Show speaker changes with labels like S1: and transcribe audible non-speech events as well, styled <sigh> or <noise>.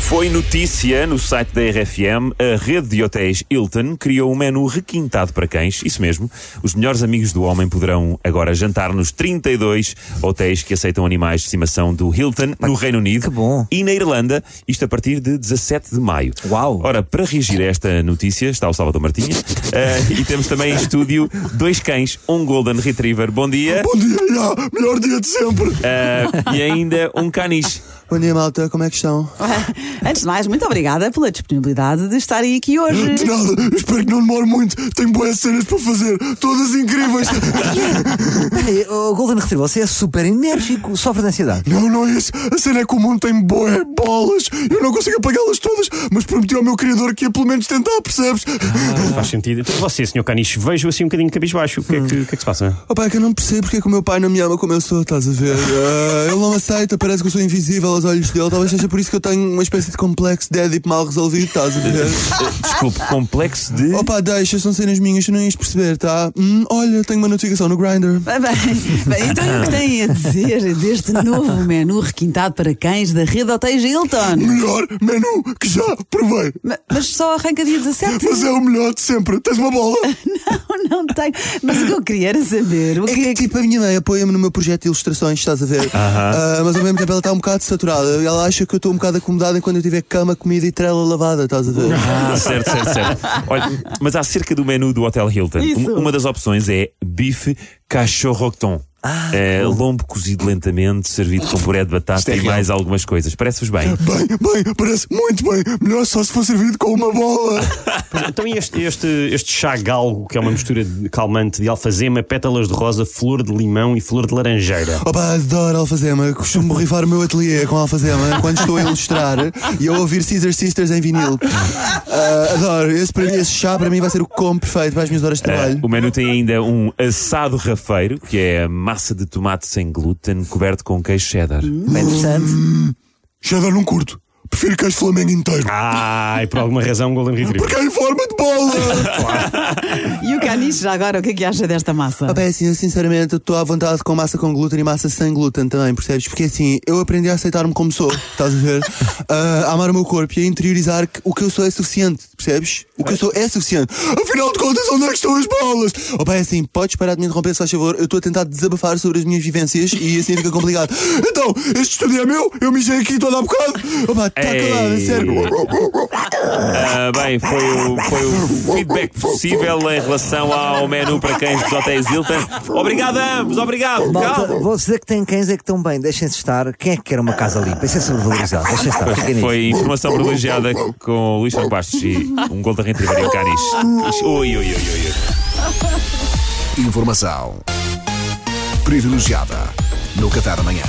S1: Foi notícia no site da RFM, a rede de hotéis Hilton criou um menu requintado para cães, isso mesmo. Os melhores amigos do homem poderão agora jantar nos 32 hotéis que aceitam animais de estimação do Hilton no Reino Unido
S2: que bom.
S1: e na Irlanda, isto a partir de 17 de maio.
S2: Uau.
S1: Ora, para reagir a esta notícia está o Salvador Martinha <laughs> eh, e temos também em estúdio dois cães, um Golden Retriever, bom dia,
S3: Bom dia, já. melhor dia de sempre.
S1: eh, e ainda um caniche.
S3: Bom dia, malta, como é que estão?
S4: Antes de mais, muito obrigada pela disponibilidade de estarem aqui hoje.
S3: De nada, espero que não demore muito. Tenho boas cenas para fazer, todas incríveis.
S2: Peraí, o Golden Retriever, você é super enérgico, sofre de ansiedade.
S3: Não, não é isso. A cena é que o mundo tem boé bolas. Eu não consigo apagá-las todas, mas prometi ao meu criador que ia pelo menos tentar, percebes?
S5: Faz sentido. Então, Você, senhor Caniche, vejo assim um bocadinho cabisbaixo. O que é que, o que é que se passa?
S3: Oh, pá, é que eu não percebo porque é que o meu pai não me ama como eu sou, estás a <laughs> ver? Ah, ele não me aceita, parece que eu sou invisível aos olhos dele. Talvez seja por isso que eu tenho uma espécie de complexo de Édipo mal resolvido, estás a ver?
S1: Eh, Desculpe, complexo de.
S3: Opa, deixa, são cenas minhas, tu não ias perceber, tá? Hum, olha, tenho uma notificação no Grindr.
S4: Bem, Ah, bem, bem, então e o que têm a dizer deste novo menu requintado para cães da rede Hotéis Hilton?
S3: Melhor menu que já provei.
S4: Ma- Mas só arranca dia 17?
S3: Mas é o melhor de sempre. Tens uma bola?
S4: Não, não tenho. Mas o que eu queria era saber o
S3: É
S4: que
S3: que tipo, a minha mãe apoia-me no meu projeto de ilustrações, estás a ver? Ah, mas ao mesmo tempo ela está um bocado saturada. Ela acha que eu estou um bocado acomodada enquanto eu tiver cama, comida e trela lavada, estás a ver?
S1: Ah, certo, certo, certo. Olha, mas acerca do menu do Hotel Hilton,
S4: Isso.
S1: um- uma das opções é bife cachorroton. É, lombo cozido lentamente, servido com puré de batata e mais algumas coisas. Parece-vos bem.
S3: Bem, bem, parece muito bem. Melhor só se for servido com uma bola.
S5: Então, e este, este, este chá galgo, que é uma mistura de calmante de alfazema, pétalas de rosa, flor de limão e flor de laranjeira. <laughs>
S3: Opa, adoro alfazema. Costumo borrifar o meu ateliê com alfazema quando estou a ilustrar e a ouvir Caesar Sisters em vinil. Ah, adoro. Esse, para- esse chá para mim vai ser o combo perfeito para as minhas horas de
S1: Ah,
S3: trabalho.
S1: o menu tem ainda um assado rafeiro, que é massa de tomate sem glúten, coberto com queijo cheddar.
S4: bem interessante.
S3: Cheddar não um curto. Prefiro queijo flamengo inteiro.
S5: Ah, Ai, por alguma razão, Golden Retriever.
S3: Porque é em forma de bola! <laughs>
S4: E o caniche já agora, o que é que acha desta massa?
S3: Bem, assim, eu sinceramente estou à vontade com massa com glúten e massa sem glúten também, percebes? Porque assim, eu aprendi a aceitar-me como sou, estás a ver? Ah, a amar o meu corpo e a interiorizar que o que eu sou é suficiente, percebes? O que eu sou é suficiente. Afinal de contas, onde é que estão as bolas? Oh, bem, assim, podes parar de me interromper, se faz favor. Eu estou a tentar desabafar sobre as minhas vivências e assim fica complicado. Então, este estúdio é meu, eu mijei aqui toda a bocado. Oh, pá, tá
S1: Ei.
S3: calado, é sério.
S1: Ah, bem, foi o, foi o feedback possível em relação ao menu para cães dos hotéis Hilton. Obrigado a ambos, obrigado.
S2: Malta,
S1: Calma.
S2: vou dizer que tem cães é que estão bem, deixem-se estar. Quem é que quer uma casa limpa? Isso é sobrevalorizado. Deixem estar, fiquem nisso.
S1: Foi informação privilegiada com o Luís Franco Bastos e um gol da Retriever e o Canis. Ui, ui, ui, ui, ui.
S6: Informação privilegiada no Café da Manhã.